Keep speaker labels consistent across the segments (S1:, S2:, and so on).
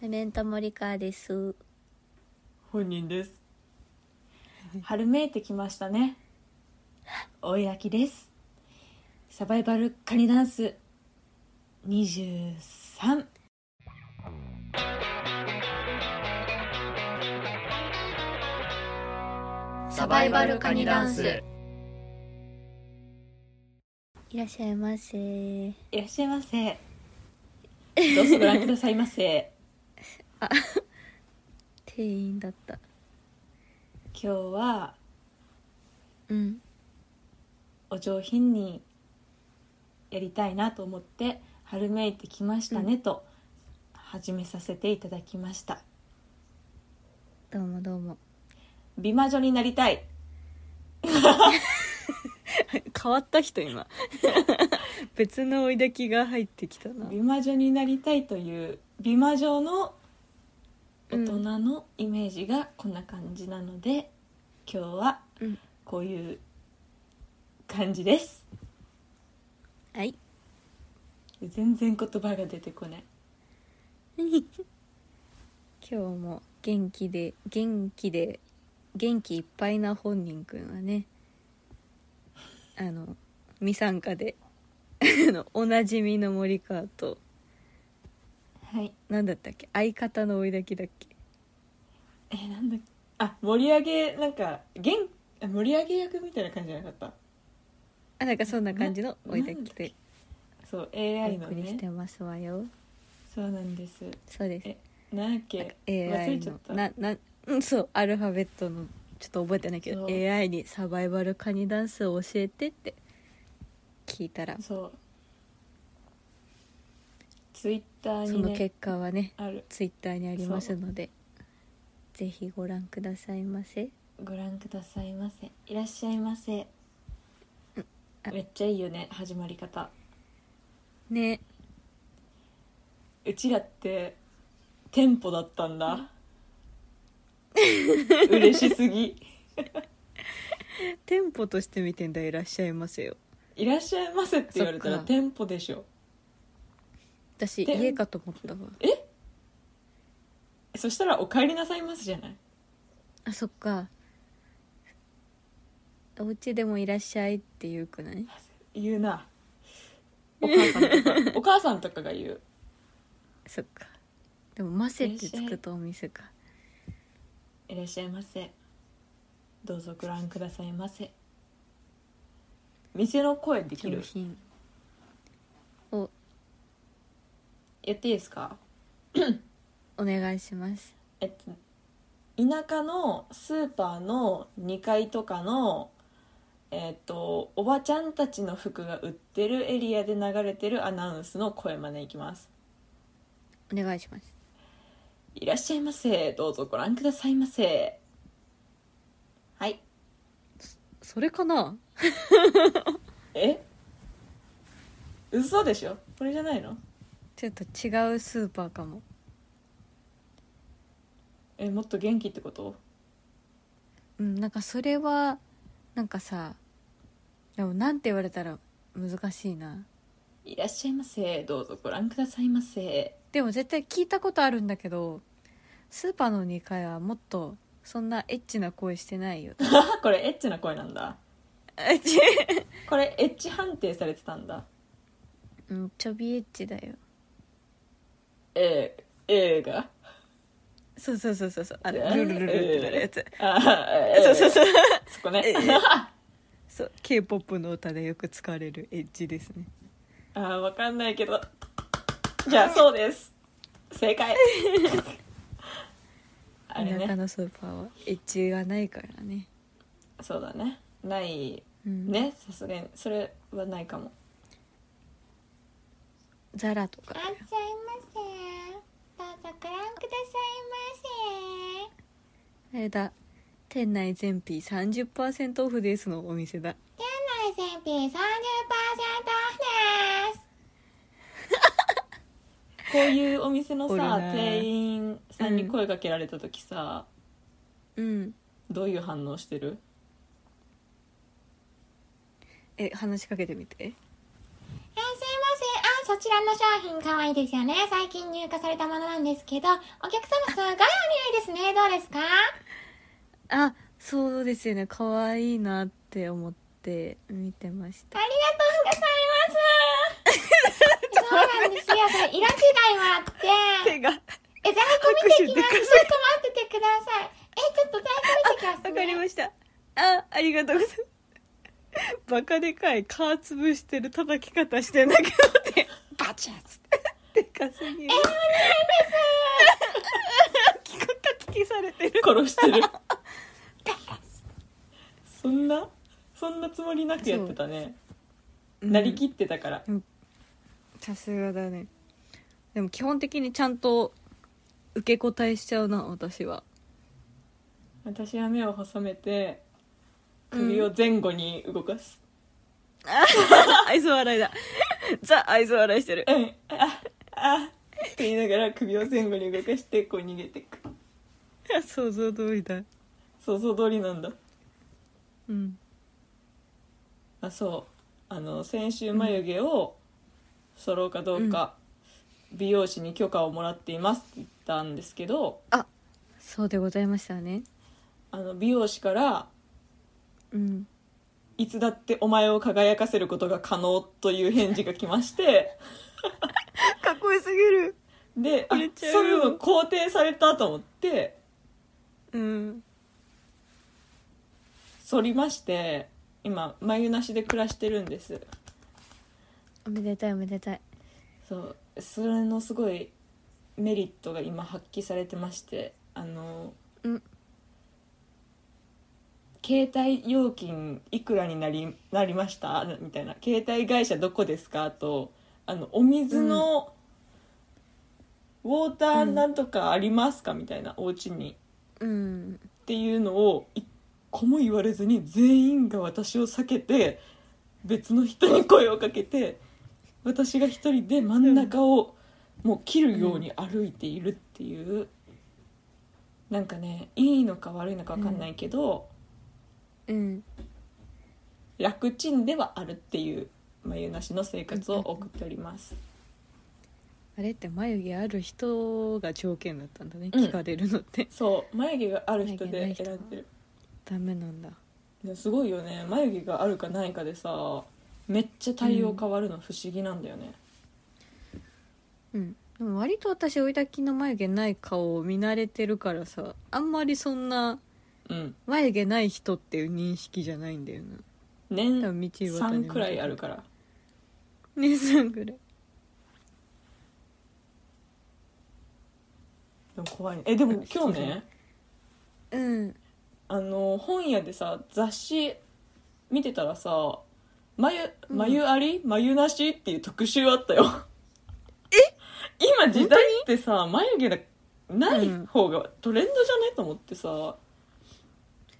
S1: メメントモリカーです。
S2: 本人です
S3: 春めいてきましたねおいらきですサバイバルカニダンス23
S1: サバイバルカニダンスいらっしゃいませ。
S3: いらっしゃいませどうぞご覧くださいませ
S1: 店員だった。
S3: 今日は
S1: うん。
S3: お上品にやりたいなと思って春めいてきましたねと始めさせていただきました
S1: どうもどうも。
S3: 美魔女になりたい
S1: 変わった人 今。別の追いだきが入ってきたな
S3: 美魔女になりたいという美魔女の大人のイメージがこんな感じなので、今日は
S1: うん
S3: こういう感じです
S1: はい。
S3: 全然言葉が出てこない
S1: 今日も元気で、元気で、元気いっぱいな本人くんはね、あの、未参加で、 あの、おなじみの森川と、
S3: はい
S1: なんだったっけ相方の追いだきだっけ
S3: えーなんだっけあ盛り上げなんか元あ盛り上げ役みたいな感じじゃなかった
S1: あなんかそんな感じの追いだきで
S3: そう
S1: お
S3: AI の
S1: 送りし
S3: ね
S1: てますわよ
S3: そうなんです
S1: そうです
S3: えなん
S1: なん
S3: だっ
S1: か
S3: け忘
S1: AI
S3: れちゃっ
S1: の
S3: た
S1: ななうんそうアルファベットのちょっと覚えてないけど
S3: そう
S1: AI にサバイバルカニダンスを教えてって聞いたら
S3: そうツイッター
S1: そ
S3: に
S1: の
S3: ね
S1: 結果はね
S3: ある
S1: ツイッターにありますのでぜひご覧くださいませ
S3: ご覧くださいませいらっしゃいませ
S1: あ
S3: めっちゃいいよね始まり方
S1: ね
S3: うちらってテンポだったんだ嬉しすぎ
S1: 店舗として見てんだいらっしゃいませよ
S3: いらっしゃいませって言われたら
S1: そっか
S3: テンポでしょ
S1: 私
S3: で
S1: 家かと思ったわ
S3: そしたら「お帰りなさいませ」じゃない
S1: あそっかお家でもいらっしゃいって言うくない
S3: 言うなお母さ んとかお母さんとかが言う
S1: そっかでも「マセ」ってつくとお店か
S3: 「いらっしゃいませ」「どうぞご覧くださいませ」店の声でき
S1: 上
S3: る
S1: 品を
S3: やっていいですか
S1: お願いします
S3: えっと田舎のスーパーの2階とかのえっとおばちゃんたちの服が売ってるエリアで流れてるアナウンスの声真似いきます
S1: お願いします
S3: 「いらっしゃいませどうぞご覧くださいませ」はい
S1: それかな
S3: え嘘でしょこれじゃないの
S1: ちょっと違うスーパーかも
S3: えもっと元気ってこと
S1: うんなんかそれはなんかさでもなんて言われたら難しいな
S3: 「いらっしゃいませどうぞご覧くださいませ
S1: でも絶対聞いたことあるんだけどスーパーの2階はもっとそんなエッチな声してない よ」
S3: あこれエッチな声なんだ
S1: エッチ
S3: これエッチ判定されてたんだ
S1: うんちょびエッチだよ
S3: A 映画
S1: そうそうそうそうそうあ
S3: え
S1: の
S3: ー
S1: ルルルルってなるやつ、
S3: あ
S1: そうそうそう
S3: そこね
S1: ええそう k p o p の歌でよく使われるエッジですね
S3: あーわかんないけどじゃあそうです正解あれ
S1: 田舎
S3: ね
S1: のスーパーはエッジがないからね
S3: そうだねない
S1: うん
S3: ねさすがにそれはないかも
S1: ザラとか
S4: いらっしゃいませどうぞご覧くださいませ
S1: あれだ店内全品30%オフですのお店だ
S4: 店内全品30%オフです
S3: こういうお店の
S1: おる
S3: さ
S1: な
S3: 店員さんに声かけられた時さ、
S1: うん
S3: どういう反応してる
S1: え話しかけてみて
S4: いらっしゃいませ安そちらの商品可愛いですよね。最近入荷されたものなんですけど、お客様すごいお似合いですね。どうですか
S1: あそうですよね可愛いなって思って見てまし
S4: ありがとうござい
S1: た
S4: ます。そうなんですよ。それ色違いもあって。
S1: 手がわ
S4: え、在庫見てきます。ちょっと待っててください。え、ちょっと在庫見てきます、ね。
S1: かりましたあありがとうございますバカでかい皮潰してる叩き方してんだけどってバチャッつってでかすぎるえー、お願いです聞くか聞きされてる
S3: 殺してるそんなそんなつもりなくやってたね、なりきってたから
S1: さすがだねでも基本的にちゃんと受け答えしちゃうな私は
S3: 私は目を細めて首を前後に動かす、
S1: 愛想笑いだザ愛想笑いしてる
S3: うんああって言いながら首を前後に動かしてこう逃げてく
S1: 想像通りだ
S3: 想像通りなんだ
S1: うん
S3: あそうあの先週眉毛を剃ろうかどうか、美容師に許可をもらっていますって言ったんですけど
S1: そうでございましたね
S3: あの美容師から
S1: うん
S3: いつだってお前を輝かせることが可能という返事が来まして
S1: かっこよすぎる
S3: であ
S1: 入れちゃう
S3: そういうの肯定されたと思って
S1: うん
S3: 剃りまして今眉なしで暮らしてるんです
S1: おめでたいおめでたい
S3: そうそれのすごいメリットが今発揮されてましてあの、
S1: うん
S3: 携帯料金いくらになりなりましたみたいな「携帯会社どこですか?」とあの「お水の、ウォーターなんとかありますか?」みたいなお家に
S1: うん
S3: っていうのを一個も言われずに全員が私を避けて別の人に声をかけて私が一人で真ん中をもう切るように歩いているっていうなんかねいいのか悪いのか分かんないけど
S1: うん
S3: 楽ちんではあるっていう眉なしの生活を送っております
S1: あれって眉毛ある人が条件だったんだね、
S3: うん
S1: 聞かれるのって
S3: そう眉毛がある人
S1: 眉
S3: で
S1: 毛
S3: 選
S1: ない人
S3: んでる
S1: ダメなんだ
S3: ねすごいよね眉毛があるかないかでさめっちゃ対応変わるの不思議なんだよね、
S1: うんでも割と私追い焚きの眉毛ない顔を見慣れてるからさあんまりそんな
S3: うん
S1: 眉毛ない人っていう認識じゃないんだよな
S3: 年
S1: 多分道端
S3: 3くらいあるから
S1: ね3くらい
S3: でも怖いねえ でも今日ね
S1: うん
S3: あの本屋でさ雑誌見てたらさ「眉眉あり眉なし」っていう特集あったよえ今時代ってさ眉毛がない方がトレンドじゃねと思ってさ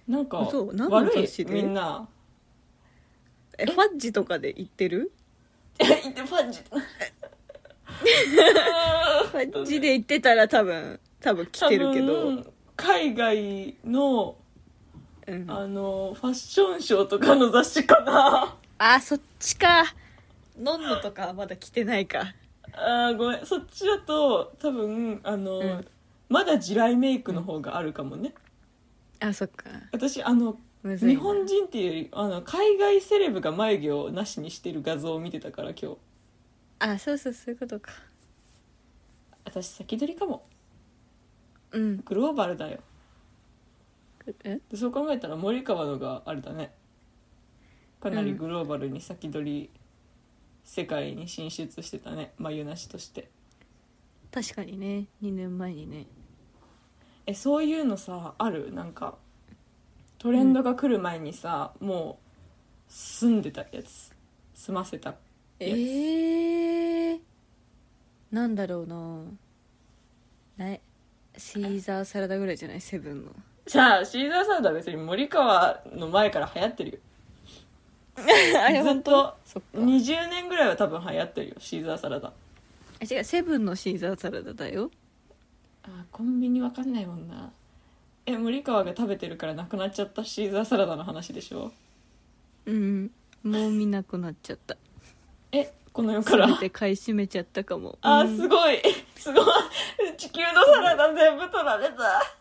S3: なんか
S1: そう何の
S3: 悪い
S1: 雑誌で
S3: みんな
S1: えファッジとかで言ってる
S3: え言ってファッジ
S1: ファッジで言ってたら多分多分来てるけ
S3: 多
S1: ど
S3: 分海外の
S1: うん
S3: あのファッションショーとかの雑誌かな
S1: あそっちかノンノとかはまだ来てないか
S3: あーごめんそっちだと多分あの、
S1: うん
S3: まだ地雷メイクの方があるかもね、
S1: あそっか
S3: 私あの
S1: むずいな
S3: 日本人っていうよりあの海外セレブが眉毛をなしにしてる画像を見てたから今日
S1: あそうそうそういうことか
S3: 私先取りかも
S1: うん
S3: グローバルだよ
S1: え
S3: でそう考えたら森川のがあれだねかなりグローバルに先取り、世界に進出してたね眉なしとして
S1: 確かにね2年前にね
S3: えそういうのさあるなんかトレンドが来る前にさ、もう住んでたやつ済ませた
S1: え
S3: や
S1: ー、なんだろうなないシーザーサラダぐらいじゃないセブン の
S3: つじゃあシーザーサラダは別に森川の前から流行ってるよ
S1: あれ
S3: ずっと
S1: そっか
S3: 20年ぐらいは多分流行ってるよシーザーサラダ
S1: あ違うセブンのシーザーサラダだよ
S3: あコンビニわかんないもんなえ森川が食べてるからなくなっちゃったシーザーサラダの話でしょ
S1: うんもう見なくなっちゃった
S3: えこの世から
S1: 全て買い占めちゃったかも
S3: あ
S1: うん
S3: ーすごいすごい地球のサラダ全部取られた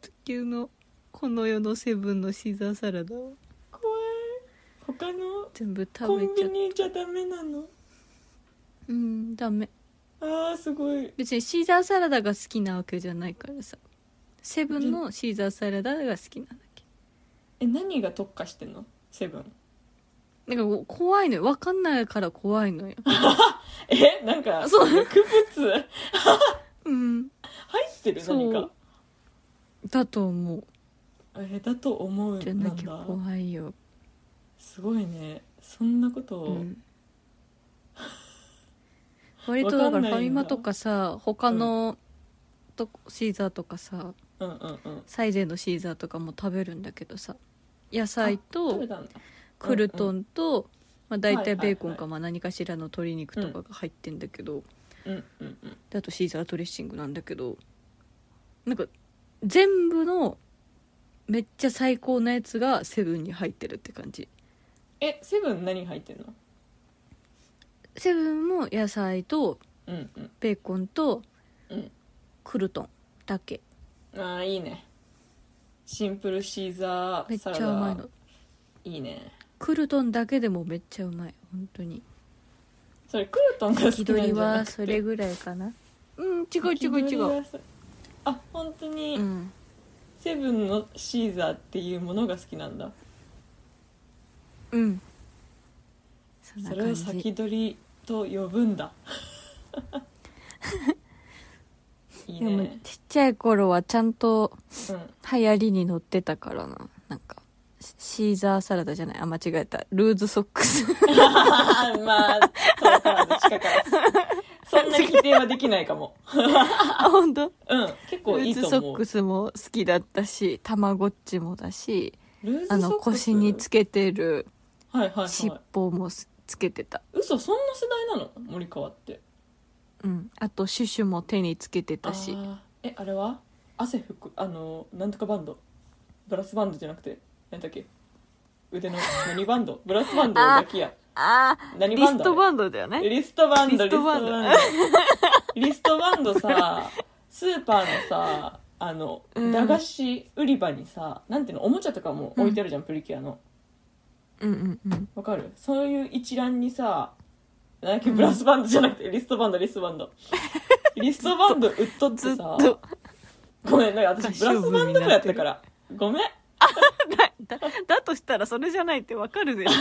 S1: 地球のこの世のセブンのシーザーサラダを
S3: 怖い他の
S1: 全部
S3: コ
S1: 食べち
S3: ンビ
S1: ゃっ
S3: ニじゃダメなの
S1: たうんダメ
S3: あーすごい
S1: 別にシーザーサラダが好きなわけじゃないからさセブンのシーザーサラダが好きなんだけ
S3: え何が特化してんのセブン
S1: なんかこう怖いのよ分かんないから怖いのよ
S3: えなんか
S1: そう
S3: 薬物入
S1: うん
S3: ってる何
S1: そ
S3: か
S1: うだと思う
S3: えだと思う
S1: じゃ
S3: な
S1: なんきゃ
S3: だ
S1: 怖いよ、
S3: すごいねそんなこと
S1: う
S3: を、
S1: ん、割とだ
S3: わか
S1: か
S3: ん
S1: ら
S3: な
S1: フ
S3: いんだ
S1: ァミマとかさ他のとこシーザーとかさ
S3: うんうんうん
S1: サイゼのシーザーとかも食べるんだけどさ野菜
S3: 食べ
S1: と
S3: たんだ
S1: クルトンと、まあ、大
S3: はいは
S1: 体
S3: いは
S1: ベ
S3: い
S1: ーコンかまあ何かしらの鶏肉とかが入ってんだけど、
S3: うんうんうん
S1: であとシーザードレッシングなんだけどなんか全部のめっちゃ最高なやつがセブンに入ってるって感じ
S3: えセブン何入ってんの
S1: セブンも野菜と
S3: うんうん
S1: ベーコンと
S3: うん
S1: クルトンだけ
S3: あーいいねシンプルシーザ
S1: めっ
S3: ー
S1: ち
S3: サ
S1: ゃ
S3: ラ
S1: う
S3: ダ
S1: まいの
S3: いいね
S1: クルトンだけでもめっちゃうまい本当に
S3: それクルトンが好き
S1: 気
S3: な
S1: 取
S3: ん
S1: り
S3: じゃな
S1: は
S3: く
S1: そ
S3: て
S1: れぐらいかなうん違う違う
S3: 気取り
S1: 違う
S3: はそあ本当に、
S1: うん
S3: セブンのシーザーっていうものが好きなんだ
S1: うんそんな
S3: それ
S1: 感
S3: を
S1: じ
S3: 先取りと呼ぶ んだいい
S1: でも
S3: ね
S1: ちっちゃい頃はちゃんと
S3: うん
S1: 流行りに乗ってたからななんかシシーザーサラダじゃないあ間違えたルーズソック ス
S3: あー まあそうからの近からそんな規定はできないかも
S1: あ本当
S3: うん結構
S1: ル
S3: い
S1: ー
S3: い
S1: ズ
S3: と
S1: ソ
S3: 思
S1: ッ
S3: う
S1: クスも好きだったしたまごっちもだし
S3: ルーズソックス
S1: あの腰につけてる
S3: はいはい
S1: 尻
S3: はい
S1: 尾もすつけてた
S3: 嘘そんな世代なの森川って
S1: うんあとシュシュも手につけてた
S3: あ
S1: し
S3: ーえあれは汗拭くあのなんとかバンドブラスバンドじゃなくて何だっけ腕の何バンドブラスバンドだけや
S1: あー
S3: 何
S1: リ
S3: バン
S1: ス
S3: ド
S1: トバンドだよね
S3: リストバン
S1: リ
S3: ドリ
S1: スト
S3: スト
S1: バ
S3: バ
S1: ン
S3: ン
S1: ド
S3: ドリストバンドさスーパーのさあの、
S1: うん
S3: 駄菓子売り場にさなんていうのおもちゃとかも置いてあるじゃん、プリキュアの
S1: うんうんうん
S3: わかるそういう一覧にさなんだっけブラスバンドじゃなくてリストバンドリストバンドリストバンド売っとって
S1: ずっ
S3: さ
S1: と
S3: ごめんなんか私ブラスバンド部やってたからごめん
S1: だだとしたらそれじゃないってわかる でし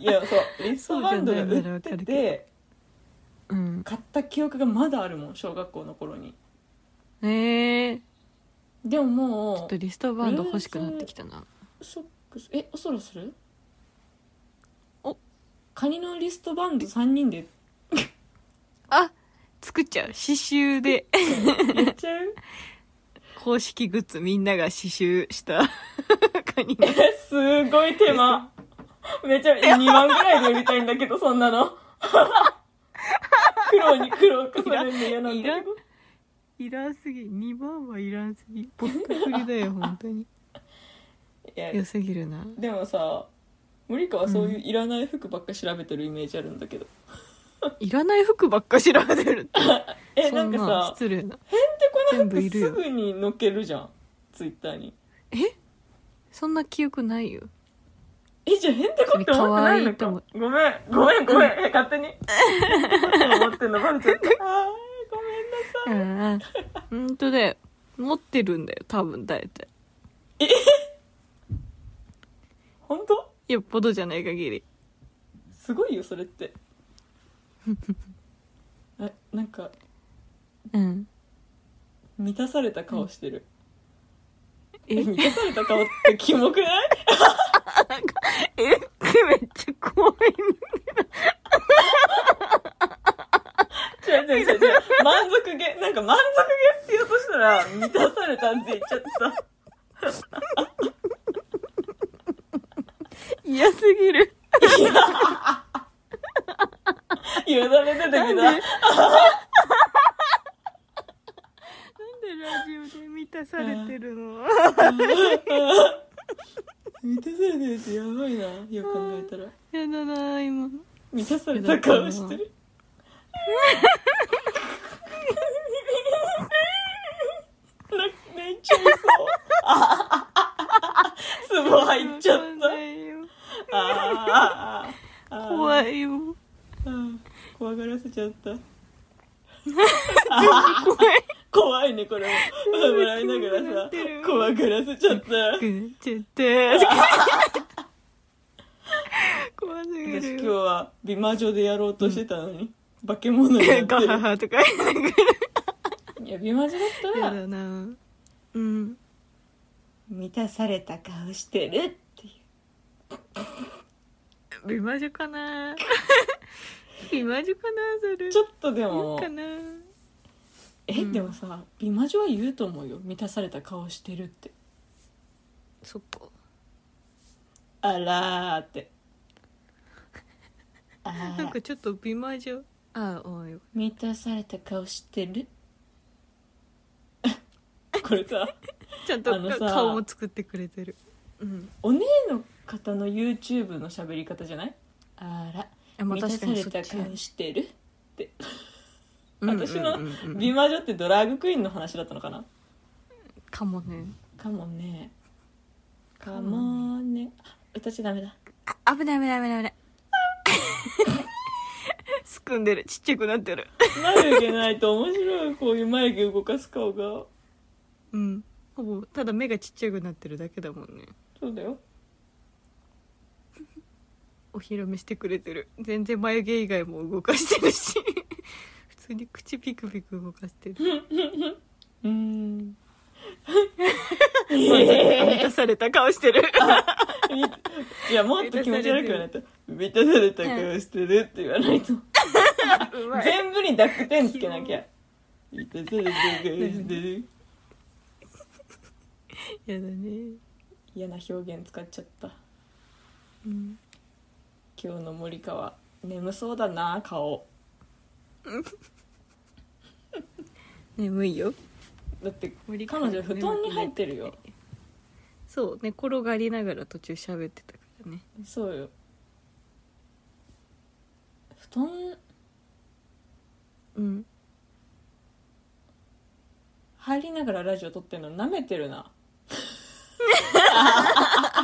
S3: いやそう リストバンドが売っ
S1: そうじゃないならわか
S3: て
S1: る
S3: て
S1: ょ、うん、
S3: 買った記憶がまだあるもん小学校の頃に
S1: えー、ち
S3: でももう
S1: ょっとリストバンド欲しくなってきたな
S3: ソックスえおそろする
S1: お
S3: カニのリストバンド3人で
S1: あ作っちゃう刺繍で
S3: やっちゃ う
S1: 公式グッズみんなが刺繍したカニの
S3: えすごい手間めちゃ2万ぐらいで売りたいんだけどそん なの苦労に苦労を重ねるの嫌なんだけど
S1: いらんすぎ2番はいらんすぎぼったくりだよ本当に
S3: い
S1: 良
S3: や
S1: すぎるな
S3: でもさ森川はそういういらない服ばっか調べてるイメージあるんだけど、
S1: いらない服ばっか調べてる って
S3: え
S1: そ
S3: なん
S1: ん
S3: か
S1: な
S3: さ
S1: 失礼な
S3: へんてこな
S1: 全部い
S3: 服
S1: る
S3: す
S1: よ
S3: ぐに載っけるじゃんツイッターに
S1: そんな記憶ないよ
S3: えじゃあへんてこって思ってないのか
S1: 可愛い
S3: もごめんごめんごめん、え勝 手にへんてこって思ってんのバレちゃったあーごめんなさい
S1: うん本当だよ持ってるんだよ多分大体
S3: 本当
S1: よっぽどじゃない限り
S3: すごいよそれって あなんか
S1: うん
S3: 満たされた顔してる、
S1: え
S3: 満たされた顔ってキモくない
S1: えめっちゃ怖い
S3: 違う違う違う違う満足げなんか満足げって言おうとしたら満たされたって言っちゃってさ
S1: 嫌すぎる
S3: よだれ出てきた
S1: なんでラジオで満たされてるの
S3: 満たされのやつやばいなよく考えたら
S1: やだな今
S3: 満たされた顔してるな泣いちゃいそうツボ入っちゃっ
S1: わかん
S3: た
S1: ないよ
S3: あーあーあー
S1: 怖いよ
S3: うん怖がらせちゃった怖いねこれも笑いながらさ怖がらせちゃった
S1: くなっちゃって怖すぎ
S3: 私
S1: る
S3: 今日
S1: よ
S3: は美魔女でやろうとしてたのに、化け物になって
S1: ガハハとか言いなが
S3: るいや美魔女だった
S1: らや
S3: ら
S1: だなうん
S3: 満たされた顔してるっていう
S1: 美魔女か な美魔女かなそれ
S3: ちょっとで
S1: 言う
S3: も
S1: かな
S3: え、
S1: うん
S3: でもさ美魔女は言うと思うよ満たされた顔してるって
S1: そっか
S3: あらーってあー
S1: なんかちょっと美魔女ああおい
S3: 満たされた顔してる これさ
S1: ちゃんと
S3: あのさ
S1: 顔も作ってくれてるうん
S3: お姉の方の YouTube の喋り方じゃないあら
S1: あ
S3: 満たされた
S1: や
S3: 顔してる
S1: うんうんうんうん
S3: 私の美魔女ってドラァグクイーンの話だったのかな
S1: かもね
S3: かもねかもねあ歌っちゃダメだ
S1: あ危ない危ない危ない危 ないすくんでるちっちゃくなってる
S3: 眉毛ないと面白いこういう眉毛動かす顔が
S1: うんほぼただ目がちっちゃくなってるだけだもんね
S3: そうだよ
S1: お披露目してくれてる全然眉毛以外も動かしてるし 普通に口ピクピク動かして る
S3: うーん
S1: 満たされた顔 してる
S3: いやもっと気持ち悪く言わないと満たされた顔してるって言わないと
S1: うまい
S3: 全部にダックテンつけなきゃ満たされた顔してる
S1: やだね
S3: 嫌な表現使っちゃった
S1: うん
S3: 今日の森川眠そうだな顔
S1: 眠いよ
S3: だって
S1: 森川
S3: 彼女布団に入ってるよ
S1: そう寝転がりながら途中喋ってたからね
S3: そうよ布団
S1: うん
S3: 入りながらラジオ撮ってるの舐めてる な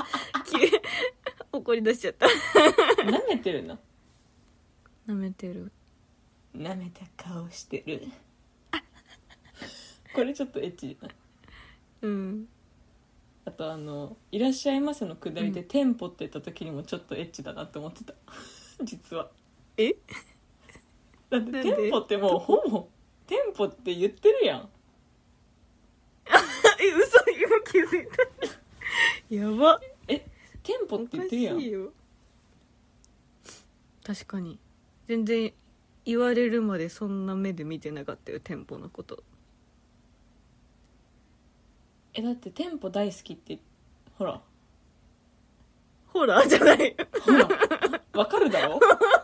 S1: 急怒り出しちゃった
S3: 舐めてるな
S1: 舐めてる
S3: 舐めた顔してる これちょっとエッチじゃない
S1: うん
S3: あとあの「いらっしゃいませ」のくだりで「テンポ」って言った時にもちょっとエッチだなって思ってた 実は
S1: え
S3: だ
S1: な
S3: って
S1: んで
S3: テンポってもうほぼテンポって言ってるやん
S1: え嘘今気づいたやば
S3: テンポって言ってるやん
S1: よ確かに全然言われるまでそんな目で見てなかったよ店舗のこと
S3: えだってテンポ大好きってほら
S1: ホラーじゃないよ
S3: ほら わかるだろ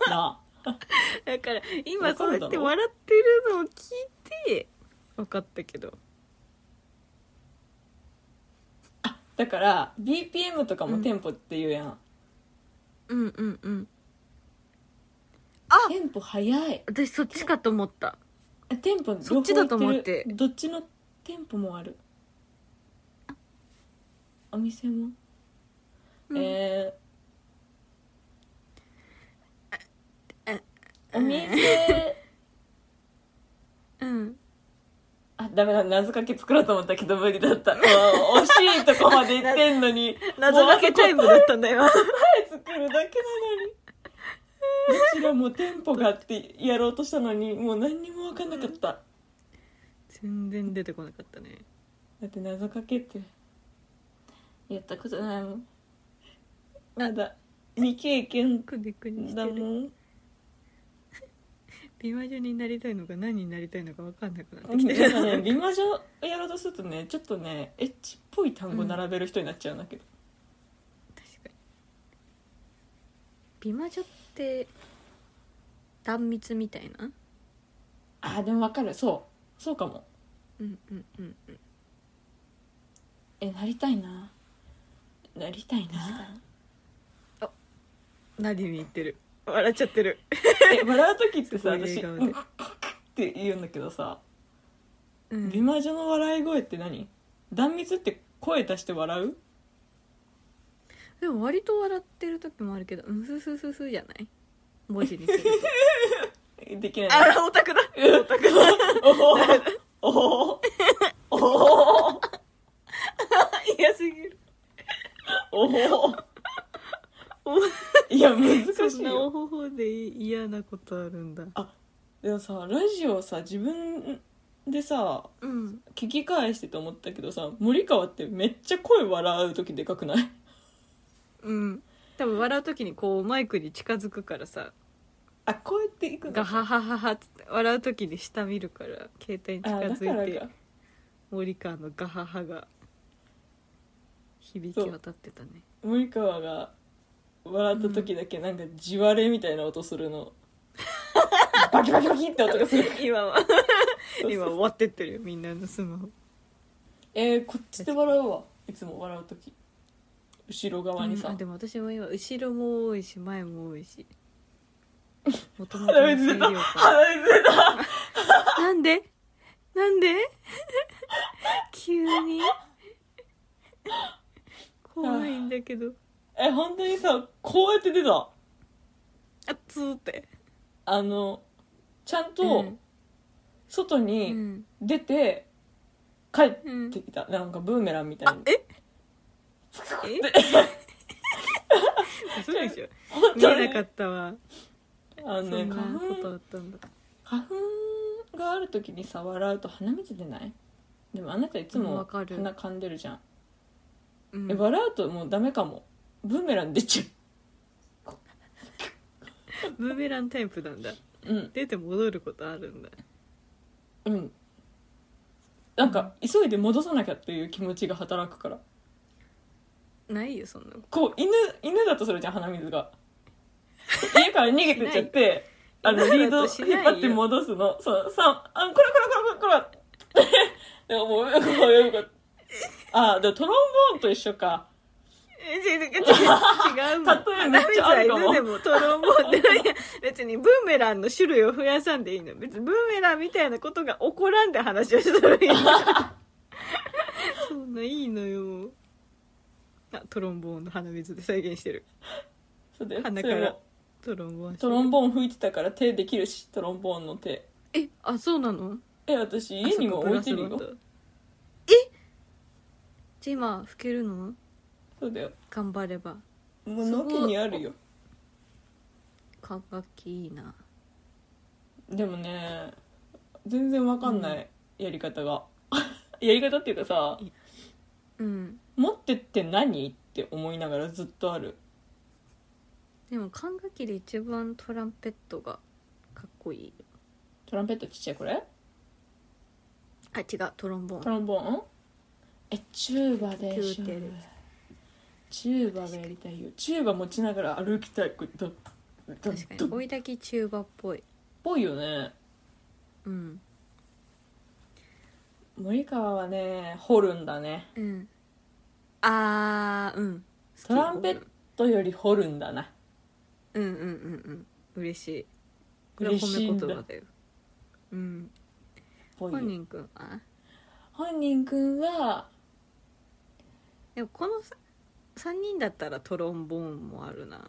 S3: なあ
S1: だから今
S3: わか
S1: そう
S3: る
S1: や
S3: だろ
S1: って笑ってるのを聞いて分かったけど
S3: だから BPM とかもテンポって言うやん、
S1: うんうんうん
S3: テンポ早い
S1: 私そっちかと思った
S3: えテンポ
S1: そっちだと思って
S3: 両方行るどっちのテンポもあるお店も、
S1: うん
S3: えー
S1: あ
S3: お店
S1: うん
S3: あダメだ謎かけ作ろうと思ったけど無理 だったもう惜しいとこまで行ってんのに
S1: 謎かけタイムだったんだよ
S3: 作るだけなのにうちらもテンポがあってやろうとしたのにもう何にも分かんなかった、
S1: 全然出てこなかったね
S3: だって謎かけってやったことないもんまだ未経験
S1: くねくねし
S3: だ
S1: て
S3: も
S1: る
S3: ん
S1: 美魔女になりたいのか何になりたいのか分かんなくなって きて
S3: なんかね美魔女をやろうとするとねちょっとねエッチっぽい単語並べる人になっちゃうんだけど、
S1: 確かに美魔女って断蜜みたいな
S3: あーでも分かるそうそうかも
S1: うんうんうん
S3: えなりたいななりたいな
S1: ナディに言ってる笑っちゃってる
S3: え笑う時ってさ
S1: すごい
S3: 私「
S1: 笑
S3: う
S1: 顔
S3: ん
S1: で
S3: カッカッカッって言うんだけどさ、
S1: うん
S3: 美魔女の笑い声って何断蜜って声出して笑う
S1: でも割と笑ってる時もあるけどうんすすすすじゃない文字にすると
S3: えできない
S1: あらオタクだオタクだ
S3: おほおほおほ
S1: 嫌すぎる
S3: おほ
S1: お
S3: いや難
S1: そ
S3: し
S1: ん
S3: い
S1: なお
S3: よ
S1: ほほで嫌なことあるんだ
S3: でもさラジオさ自分でさ
S1: うん
S3: 聞き返してと思ったけどさ森川ってめっちゃ声笑う時でかくない
S1: うん多分笑う時にこうマイクに近づくからさ
S3: あこうやっていくの
S1: ガハハハハっつって笑う時に下見るから携帯に近
S3: あだから
S1: づいて
S3: か
S1: 森川のガハハが響き渡ってたね
S3: 森川が笑った時だけなんか地割れみたいな音する の、バキバキバキって音がする
S1: 今は
S3: そう
S1: 今終わってってるよみんなのスマホ
S3: えー、こっちで笑うわいつも笑う時後ろ側にさ、
S1: うんあでも私も今後ろも多いし前も多いしもともとの
S3: 鼻
S1: 声
S3: 水出
S1: 量
S3: た
S1: か
S3: 鼻水出た
S1: なんでなんで急に怖いんだけど
S3: え本当にさこうやって出た
S1: あっつーって
S3: あのちゃん
S1: う
S3: と
S1: ん
S3: 外
S1: う
S3: に
S1: ん
S3: 出て帰っ
S1: うん
S3: てきた、なんかブーメランみたい
S1: あ
S3: に
S1: ええ 嘘でしょ
S3: 本
S1: 見
S3: 当
S1: えな
S3: に
S1: かったわ
S3: あ
S1: そ
S3: の
S1: ん
S3: ね
S1: な
S3: 花
S1: ことあ
S3: 粉
S1: ったんだ
S3: 花粉がある時にさ笑うと鼻水出ないでもあなたいつ
S1: うん
S3: も
S1: わかる
S3: 鼻噛んでるじゃ
S1: う
S3: ん、
S1: ん
S3: え笑うともうダメかもブーメラン出ちゃ
S1: ブーメランタイプなんだ
S3: ううん
S1: 出て戻ることあるんだ
S3: うんなんか急いで戻さなきゃっていう気持ちが働くから
S1: ないよそんなこ
S3: こう犬犬だとするじゃん鼻 水が家から逃げてっちゃってあのリ
S1: 犬
S3: ー
S1: だ
S3: ド
S1: としないよ
S3: 引っ張って戻すのそうさあこらこらこらこらこら ってでももうこういうこうあでもトロンボーンと一緒か
S1: とえ違う違う違う違うもん
S3: 例えめっちゃあるかも
S1: 花水は犬でもトロンボーンでもいや別にブーメランの種類を増やさんでいいの別にブーメランみたいなことが起こらんで話をするんやそんないいのよあトロンボーンの鼻水で再現してる
S3: そうだよ
S1: 鼻
S3: そ
S1: から
S3: れも
S1: トロンボーン
S3: トロンボーン吹いてたから手できるしトロンボーンの手
S1: えあそうなの
S3: え私家にも置いて
S1: あそっかブラス
S3: る
S1: バ
S3: よ
S1: ンドえじゃあ今吹けるの
S3: そうだよ
S1: 頑張れば
S3: もう
S1: すご
S3: の
S1: い
S3: けにあるよ
S1: 管楽器いいな
S3: でもね全然わかんない、やり方が やり方っていうかさ
S1: うん
S3: 持ってって何って思いながらずっとある
S1: でも管楽器で一番トランペットがかっこいい
S3: トランペットちっちゃいこれ
S1: あ違うトロンボ
S3: ト
S1: ーン
S3: ロンボーンえチューバでし
S1: チ
S3: ょ
S1: ューテル
S3: チューバがやりたいよチューバ持ちながら歩きたいこれドッド
S1: 確か
S3: ッ
S1: に
S3: ドッ
S1: 追い焚きチューバっぽい
S3: ぽいよね
S1: うん
S3: 森川はね掘るんだね
S1: うんあーうん
S3: トランペットより掘るんだな
S1: うんうんうんうん嬉しいこれは
S3: 嬉
S1: 褒
S3: しい
S1: め
S3: ん
S1: 言葉
S3: だ
S1: だようん
S3: ぽいよ
S1: 本人くんは
S3: 本人くんは
S1: でもこのさ3人だったらトロンボーンもあるな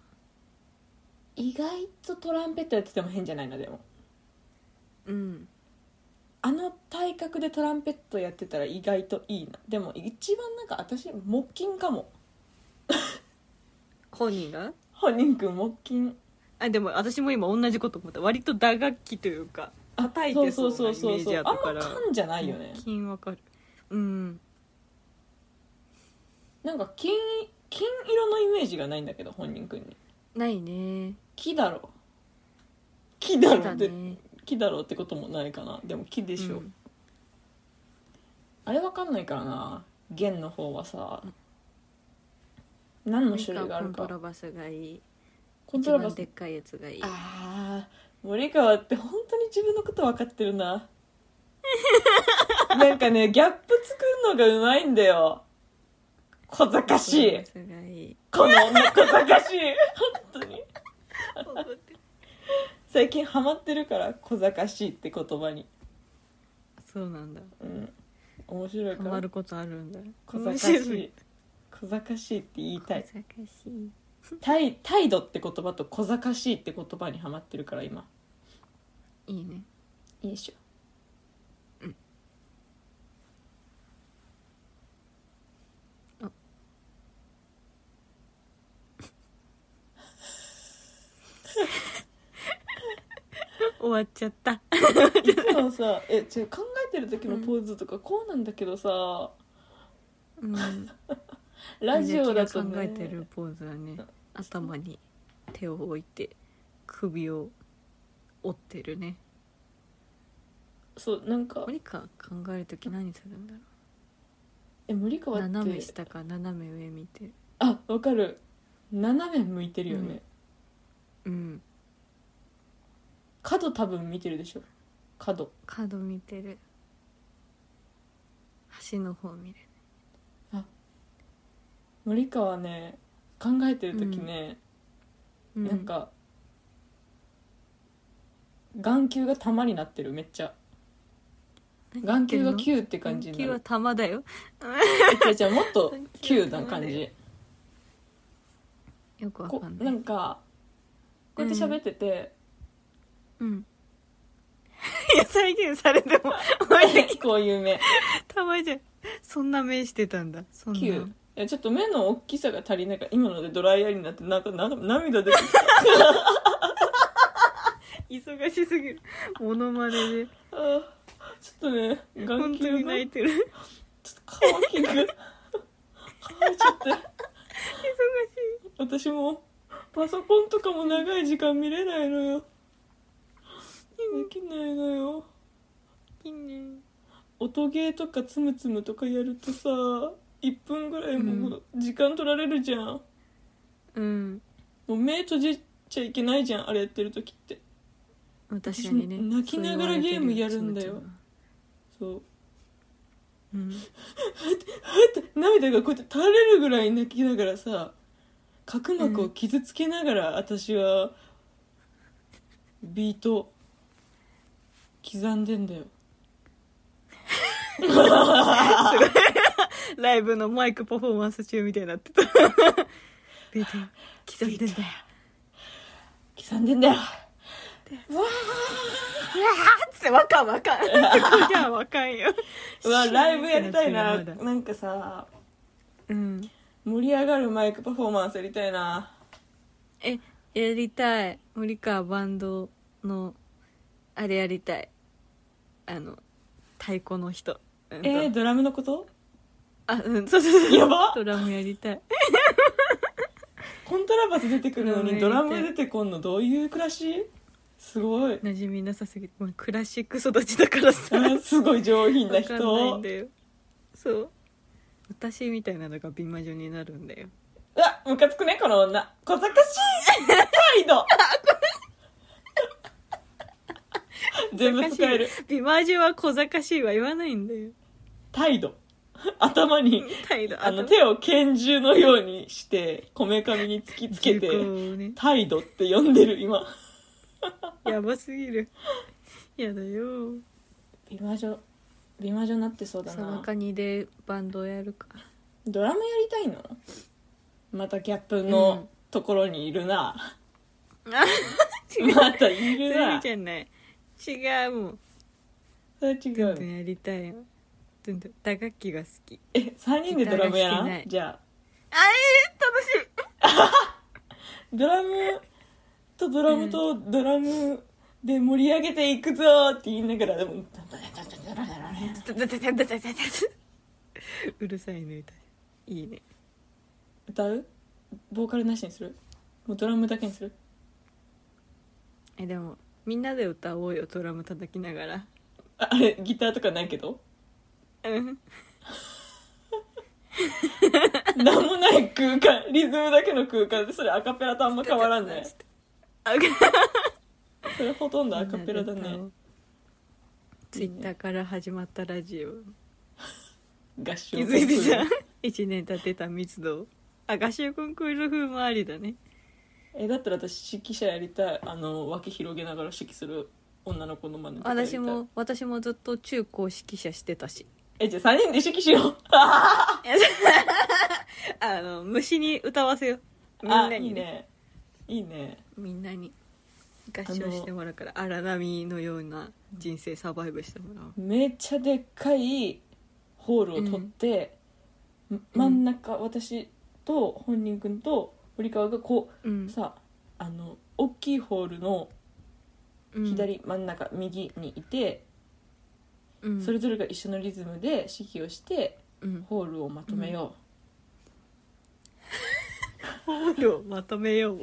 S3: 意外とトランペットやってても変じゃないなでも
S1: うん
S3: あの体格でトランペットやってたら意外といいなでも一番なんか私木琴かも
S1: 本人が
S3: 本人くん木琴
S1: あでも私も今同じこと思った割と打楽器というか叩いてそうなイメージやったから
S3: あんま感じゃないよね
S1: 金わかるうん
S3: なんか金金色のイメージがないんだけど本人くんに
S1: ないね
S3: 木だろ木だ
S1: 木
S3: ろ
S1: だ
S3: って
S1: ね
S3: 木だろってこともないかなでも木でしょ、
S1: うん
S3: あれわかんないからな弦の方はさ何の種類がある
S1: コント
S3: か
S1: ラバスがいい
S3: コントラバ
S1: 一番
S3: ス
S1: でっかいやつがいい
S3: あー森川って本当に自分のこと分かってるな なんかねギャップ作るのがうまいんだよ小賢し
S1: コントラ
S3: い
S1: バスがいい
S3: この女小賢しい本当に最近ハマってるから「小賢しい」って言葉に
S1: そうなんだ
S3: うん面白
S1: ハ
S3: いか
S1: マ
S3: ら
S1: ることあるんだ
S3: 小賢し
S1: 面白
S3: い小賢しいって言いたい
S1: 小賢しい
S3: 態態度って言葉と小賢しいって言葉にハマってるから今
S1: いいね
S3: いいでしょ
S1: 終わっちゃった
S3: いつもさえちょ考えてる時のポーズとかこうなんだけどさ、
S1: うん
S3: ラジオだ
S1: み
S3: と、
S1: ん
S3: ね、
S1: な気が考えてるポーズはね頭に手を置いて首を折ってるね
S3: そうなんか
S1: 何か考える時何するんだろ
S3: え森
S1: う
S3: 川って
S1: 斜め下か斜め上見てる
S3: あわかる斜め向いてるよね、
S1: うんうん
S3: 角多分見てるでしょ角
S1: 角見てる端の方見る
S3: 森川ね考えてる時ね、
S1: う
S3: なんか眼球が玉になってるめっちゃ
S1: 何言っ
S3: 眼
S1: て
S3: 球
S1: んの
S3: が球って感じに
S1: 眼
S3: な
S1: 球は
S3: る
S1: 玉だよ
S3: え違う違うもっと
S1: 眼球
S3: 球
S1: は
S3: な
S1: 玉
S3: 感
S1: だよ
S3: じ
S1: よくわ
S3: こ
S1: かんな
S3: ないんかこうやって喋ってて、
S1: うん いや再現されても俺
S3: こういう目
S1: たまじゃんそんな目してたんだそんな
S3: 9いやちょっと目の大きさが足りないから今のでドライアイになってなんかなんか 涙出てきた
S1: 忙しすぎるモノマネで
S3: あーちょっとね眼
S1: 本当
S3: 球
S1: に
S3: が
S1: 泣いてる
S3: ちょっと乾きが乾いちゃって私もパソコンとかも長い時間見れないのよできないのよ
S1: 忙しいね
S3: 音ゲーとかつむつむとかやるとさ1分ぐらいもう時間取られるじゃん、も
S1: うん
S3: う目閉じちゃいけないじゃんあれやってる時って
S1: 確かにね
S3: 泣きながらゲームやるんだよそう
S1: うん
S3: 涙がこうやって垂れるぐらい泣きながらさ角膜を傷つけながら私はビート刻んでんだよ
S1: ライブのマイクパフォーマンス中みたいになって たビート刻んでんだよ
S3: 刻んでんだよ
S1: ってわかんわかんそこじゃわかんよ
S3: うわライブやりたいな
S1: 知らない
S3: なんかさ
S1: うん
S3: 盛り上がるマイクパフォーマンスやりたいな
S1: えやりたい森川バンドのあれやりたいあの太鼓の人、うんと
S3: えー、ドラムのこと
S1: あうんそうそうそう
S3: やば
S1: ドラムやりたい
S3: コントラバス出てくるのに
S1: ド
S3: ド
S1: ラ
S3: ラ
S1: ム
S3: ム
S1: やりた
S3: 出てこんのどういう暮らしすご い
S1: 馴染みなさすぎてまあクラシック育ちだからさ
S3: あーすごい上品な
S1: わかんない
S3: 人
S1: んだよそう私みたいなのが美魔女になるんだよ
S3: うわ、ムカつくね、この女。小賢しい態度 全部使える。
S1: 美魔女は小賢しいは言わないんだよ
S3: 態度。頭に、
S1: 態度
S3: あの、
S1: と
S3: 手を拳銃のようにして、こめかみに突きつけ
S1: 銃口
S3: て、
S1: をね
S3: 態度って呼んでる、今。
S1: やばすぎるやだよ
S3: 美魔女、美魔女になってそうだ
S1: その
S3: な。
S1: カニでバンドやるか
S3: ドラムやりたいのまたギャップのところにいる な。
S1: 違う
S3: またい
S1: そ
S3: る
S1: れ
S3: な。
S1: じゃない違うもん
S3: それ違
S1: どんど
S3: う。
S1: んやりたいよどんどん打楽器が好き
S3: え、3人でドラムやら
S1: ギターが弾けなんい
S3: じゃあ。
S1: 楽しい
S3: ドラムとドラムとドラムで盛り上げていくぞって言いながらでも
S1: うるさいね歌いいね
S3: 歌うボーカルなしにするもうドラムだけにする
S1: えでもみんなで歌おうよドラム叩きながら
S3: ああれギターとかないけど
S1: うん
S3: 何もない空間リズムだけの空間でそれアカペラとあんま変わらんね
S1: あ
S3: それほとんどアカペラだ
S1: みんなで歌お
S3: ね
S1: うツイッターから始まったラジオ
S3: 合唱
S1: 気づいてた1年経ってた密度あ合唱コンクール風もありだね
S3: えだったら私指揮者やりたいあの脇広げながら指揮する女の子の真似とかやりた
S1: 私
S3: い
S1: も私もずっと中高指揮者してたし
S3: えじゃあ3人で指揮しよう
S1: あの虫に歌わせようみん
S3: あ
S1: なに
S3: いい
S1: ね
S3: ねいいね
S1: みんなに合唱してもらうから荒波のような人生サバイブしてもらおう
S3: めっちゃでっかいホールを取って、真ん中、私と本人君と堀川がこ
S1: う、
S3: うんさあの大きいホールの
S1: うん、
S3: 左真ん中、右にいて
S1: うん
S3: それぞれが一緒のリズムで指揮をして
S1: うん
S3: ホールをまとめよ
S1: ホールをまとめよう
S3: う、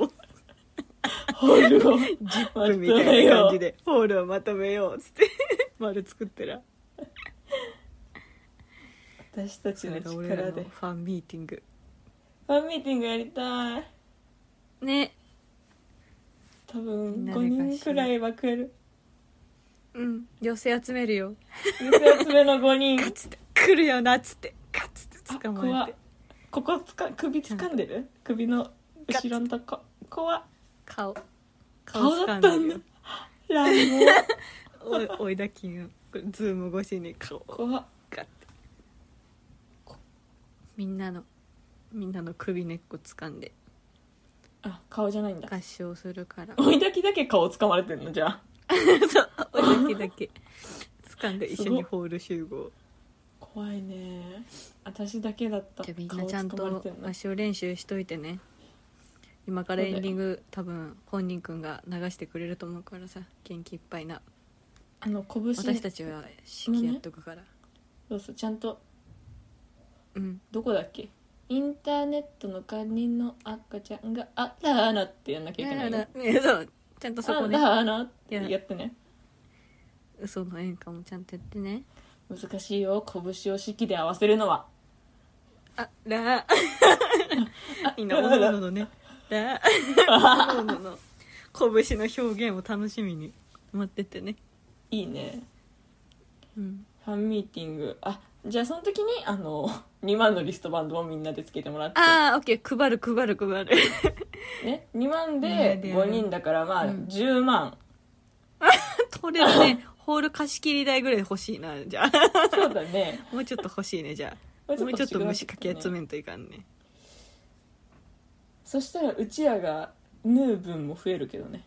S3: ホー ルを
S1: 10分みたいな感じでホールをまとめようっつって 丸作ってら
S3: 私たち
S1: それ
S3: の
S1: が俺ら
S3: 力
S1: の
S3: で
S1: ファンミーティング
S3: ファンミーティングやりたい
S1: ね
S3: 多分
S1: みんな
S3: 5
S1: で
S3: 人くらいは来る
S1: うん寄せ集めるよ
S3: 2つ目の5人
S1: ガツって来るよなっつってガツって
S3: あ
S1: 捕
S3: 怖
S1: まえ
S3: ってここつか首掴んでる首の後ろのとこ怖っ
S1: 顔
S3: 顔だったんだ
S1: よ
S3: ライブ
S1: おい 追いだきんズーム越しに顔 を
S3: 怖っ
S1: ガッてみんなのみんなの首根っこ掴んで
S3: あ顔じゃないんだ
S1: 合唱する から
S3: 追いだきだけ顔掴まれてんのじゃあ
S1: そう追いだきだけ掴んで一緒
S3: すご
S1: に
S3: っ
S1: ホール集合
S3: 怖いね私だけだった
S1: じゃあ
S3: 顔
S1: みんなちゃん
S3: 掴まれ
S1: と
S3: てんの
S1: 合唱練習しといてね今からエンディング多分本人くんが流してくれると思うからさ元気いっぱいな
S3: あの拳
S1: 私たちは指揮やっとくから、
S3: そうそうちゃんと
S1: うん
S3: どこだっけインターネットのカニの赤ちゃんが「あらあら」ってやんなきゃいけないね
S1: ねそうちゃんと
S3: あ
S1: そこね
S3: らあらってやってね
S1: 嘘の演歌もちゃんとやってね
S3: 難しいよ拳を式で合わせるのは
S1: あ らみんなお
S3: あら
S1: のおののねらおのおのの拳の表現を楽しみに待っててね
S3: いいね
S1: うん
S3: ファンミーティングあじゃあその時にあの2万の リストバンドをみんなでつけてもらって
S1: ああオッケー配る配る配る
S3: ね、2万
S1: ね
S3: で
S1: で
S3: 5人だからまあ
S1: うん
S3: 10万、
S1: 取れるねホール貸し切り代ぐらい欲しいなじゃあ
S3: そうだね
S1: もうちょっと欲しいねじゃあ もうちょっと虫かき集めんといかんね
S3: そしたらうちらがヌー分も増えるけどね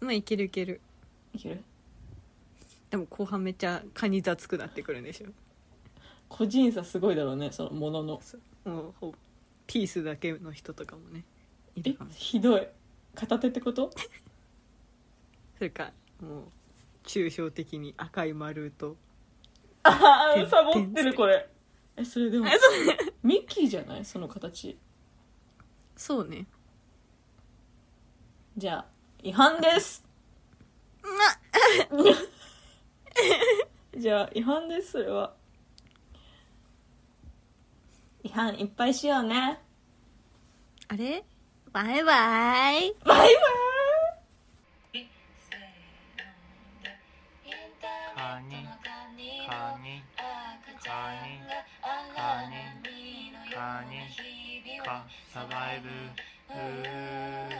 S1: まあいけるいける
S3: いける
S1: でも後半めっちゃカニ雑くなってくるんでしょ
S3: 個人差すごいだろうねそのものの
S1: もうほピースだけの人とかもねい
S3: え
S1: るかもしれない
S3: ひどい片手っ てこと
S1: それかもう抽象的に赤い丸と
S3: あ
S1: て
S3: あ
S1: ん
S3: サボって
S1: てん
S3: るこれえそれでもミッキーじゃないその形
S1: そうね
S3: じゃあ違反ですじゃあ違反ですそれは違反いっぱいしようね
S1: あれバイバイ
S3: バイバイ
S5: カニカニカニカニカニカサバイブうー